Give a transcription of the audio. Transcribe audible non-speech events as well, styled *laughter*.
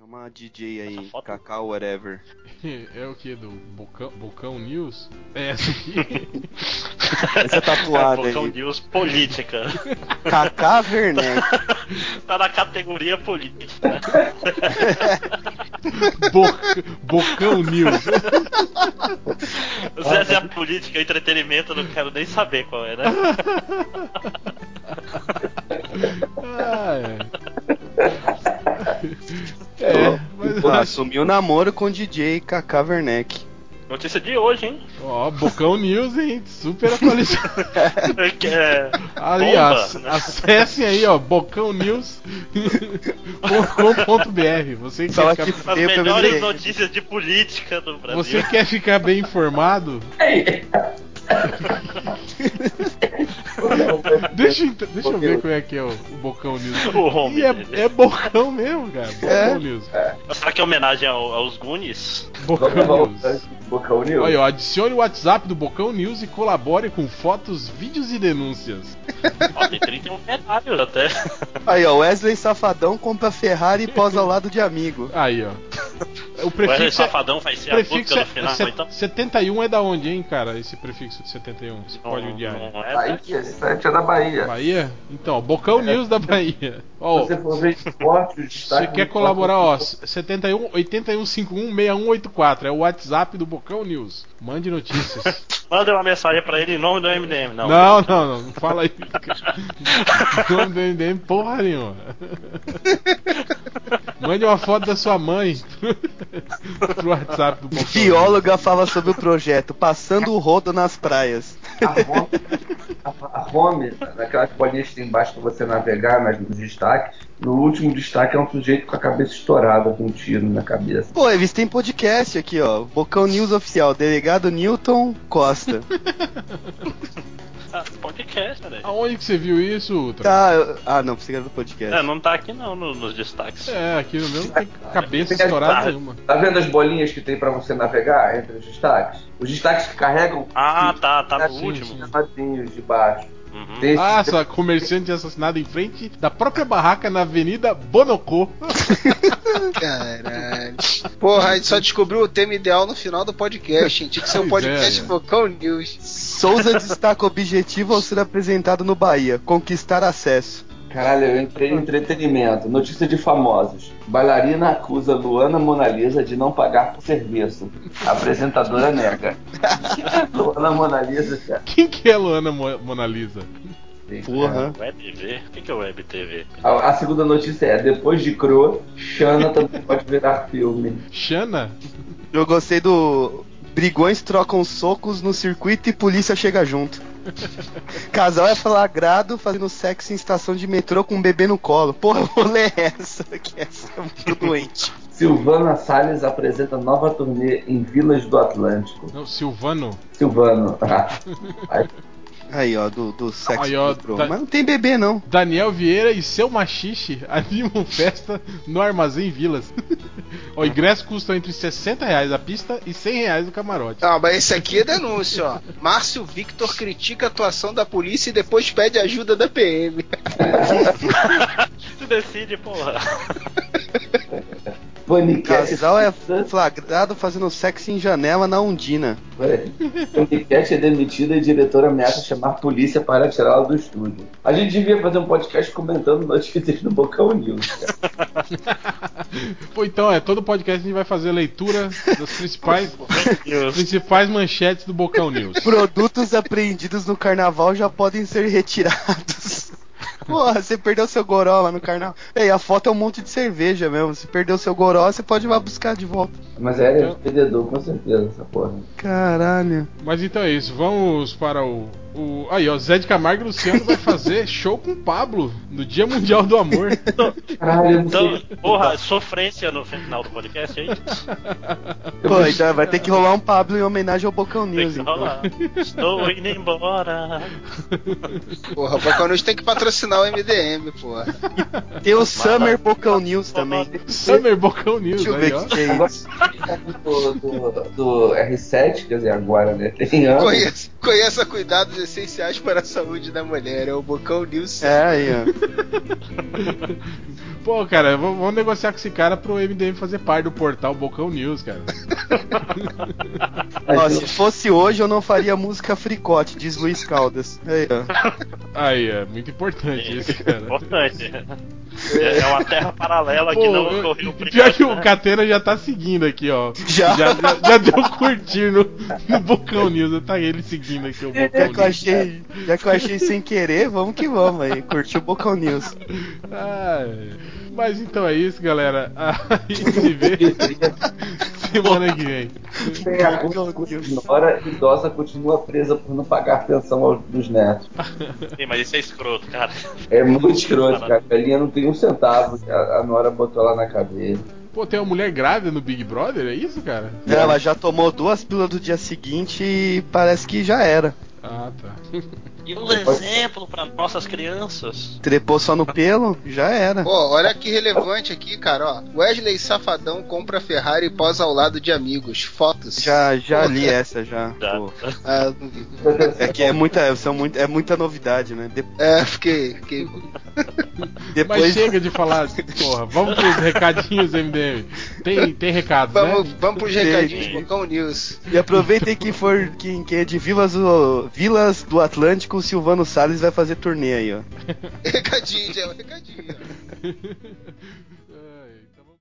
É uma DJ aí, Essa foto? Cacau Whatever. *laughs* É o que? Do Bocão, Bocão News? É essa aqui? *laughs* Essa tatuada É, Bocão aí. News política. Cacá Werneck. *laughs* tá na categoria política. *laughs* né? *laughs* Boc- Bocão News. Se essa é a política, entretenimento, eu não quero nem saber qual é, né? Ah, é. É, mas eu Opa, acho. assumiu namoro com o DJ Cacá *laughs* Werneck. Notícia de hoje, hein? Ó, Bocão News, hein? Super atualizado. Que é... Aliás, Bomba, né? acessem aí, ó, bocãonews.com.br. Você que Fala quer que- ficar, As Eu também melhores dei. notícias de política do Brasil. você *laughs* quer ficar bem informado? Deixa, eu ent- deixa eu ver como é que é o, o Bocão News. O home E é, dele. é Bocão mesmo, *laughs* cara. Bocão É. News. Será que é homenagem ao- aos Goonies? Bocão Vamos News. voltar. Bocão News. Olha, ó, adicione o WhatsApp do Bocão News e colabore com fotos, vídeos e denúncias. Ó, tem 31 medalhas é um até. *laughs* Aí, ó, Wesley Safadão compra Ferrari e posa ao lado de amigo. Aí, ó. O O Wesley prefixo é, Safadão vai ser a prefixo busca é, no final, se- então. 71 é da onde, hein, cara? Esse prefixo de 71, esse código de área. não é, Aí, né? que é sete é da Bahia. Bahia? Então, Bocão News da Bahia. Ó, É. Você for ver esporte, o destaque você quer do colaborar, ó, esporte- 71 81 51 6184 é o WhatsApp do Bocão News. Mande *laughs* notícias. Manda uma mensagem pra ele em nome do MDM, não. Não, não, não, não fala isso. cara. Não do MDM porra nenhuma. Mande uma foto da sua mãe pro WhatsApp do Bocão. Bióloga fala sobre o projeto, passando o rodo nas praias. A home, a- a home, naquelas bolinhas que tem embaixo pra você navegar nas, nos destaques, no último destaque é um sujeito com a cabeça estourada, com um tiro na cabeça. Pô, eles têm podcast aqui, ó. Bocão News Oficial, delegado Newton *laughs* Costa. Ah, podcast, né? Aonde que você viu isso, Ultra? Tá. eu- Ah, não, precisa gravar podcast. É, não tá aqui não no- nos destaques. É, aqui no meu não tem cabeça estourada nenhuma. Tá vendo as bolinhas que tem pra você navegar entre os destaques? Os destaques que carregam Ah, tá, tá no Sim, último. É, sim. chamadinhos de baixo. Uhum. Tem esse- Ah, só comerciante assassinado em frente da própria barraca na Avenida Bonocô. Caralho. Porra, a gente só descobriu o tema ideal no final do podcast, gente. Tinha que ser um Pois é, podcast né? Bocão News. Souza destaca objetivo ao ser apresentado no Bahia: conquistar acesso. Caralho, eu entrei em entretenimento. Notícia de famosos. Bailarina acusa Luana Mona Lisa de não pagar por serviço. A apresentadora nega. Luana Mona Lisa, cara. Quem que é Luana Mo- Mona Lisa? Porra. Web TV? O que, que é Web TV? A, a segunda notícia é: depois de Cro, Xana também pode virar filme. Xana? Eu gostei do. Brigões trocam socos no circuito e polícia chega *laughs* junto. Casal é flagrado fazendo sexo em estação de metrô com um bebê no colo. Porra, eu vou ler essa, que essa é *laughs* muito doente. Silvana Salles apresenta nova turnê em Vilas do Atlântico. Não, Silvano. Silvano. *laughs* Aí, ó, do, do sexo Aí, ó, do metrô. tá- Mas não tem bebê, não. Daniel Vieira e seu machixe animam festa no Armazém Vilas. *laughs* o ingresso custa entre 60 reais a pista e 100 reais o camarote. Não, mas esse aqui é denúncia, ó. Márcio Victor critica a atuação da polícia e depois pede ajuda da PM. Tu decide, *laughs* porra. Paniquete. Casal é flagrado fazendo sexo em janela na Undina. Peraí. Paniquete é demitida e a diretora ameaça chamar polícia para tirá-la do estúdio. A gente devia fazer um podcast comentando notícias do Bocão News. cara. Pô, então é, todo podcast a gente vai fazer a leitura das *laughs* principais, News. principais manchetes do Bocão News. Produtos apreendidos no carnaval já podem ser retirados. Porra, você perdeu seu goró lá no carnaval. Ei, a foto é um monte de cerveja mesmo. Se perdeu seu goró, você pode ir lá buscar de volta. Mas é, era perdedor, um com certeza, essa porra. Caralho. Mas então é isso, vamos para o. o... Aí, ó, Zé de Camargo e Luciano vai fazer show com o Pablo no Dia Mundial *laughs* do Amor. Caralho, eu não Então, sei. porra, sofrência no final do podcast *laughs* aí. Pô, então vai ter que rolar um Pablo em homenagem ao Bocão Tem News. que Então. rolar. Estou indo embora. Porra, o Bocão News tem que patrocinar o MDM, porra. Tem o Summer Bocão News também. Summer Bocão News, Deixa eu aí, ver ó. o que que é Agora isso. tá do, do, do R7, quer dizer, agora, né? Tem anos. Conheça, conheça cuidado de essenciais para a saúde da mulher. É o Bocão News. É, aí, ó. Pô, cara, v- vamos negociar com esse cara pro MDM fazer parte do portal Bocão News, cara. Ó, se fosse hoje, eu não faria música fricote, diz Luiz Caldas. Aí, ó. Aí, é muito importante isso, cara. Importante. É é uma terra paralela que Pô, não eu- ocorreu por *laughs* pior que enquanto, o Catena já tá seguindo aqui, ó. Já? já, já deu curtir no, no Bocão News. Tá ele seguindo aqui o Bocão Já que, eu News. achei, já que eu achei sem querer, vamos que vamos aí. Curtiu o Bocão News. Ai. Mas então é isso, galera. A gente se vê semana que vem. Tem a Cusa que ignora, idosa continua presa por não pagar pensão aos, dos netos. né? Sim, mas isso é escroto, cara. É muito escroto, cara. A velhinha não tem um centavo. A, a Nora botou ela na cadeia. Pô, tem uma mulher grávida no Big Brother? É isso, cara? Ela já tomou duas pílulas do dia seguinte e parece que já era. Ah, tá. E um exemplo para nossas crianças. Trepou só no pelo, já era. Ó, olha que relevante aqui, cara, ó. Wesley Safadão compra Ferrari e posa ao lado de amigos. Fotos. Já, já li é. essa, já. Já. Pô. Ah, não vi. É que é muita, são muito, é muita novidade, né? De- É, fiquei. fiquei... Mas depois chega de falar, porra, vamos pros recadinhos, MDM. Tem, tem recado, *laughs* Vamos, né? vamos pros Sei. recadinhos, Bocão News. *laughs* E aproveitem que for quem quem é de Vilas do, Vilas do Atlântico, o Silvano Salles vai fazer turnê aí, ó. Recadinho, já é um recadinho. tá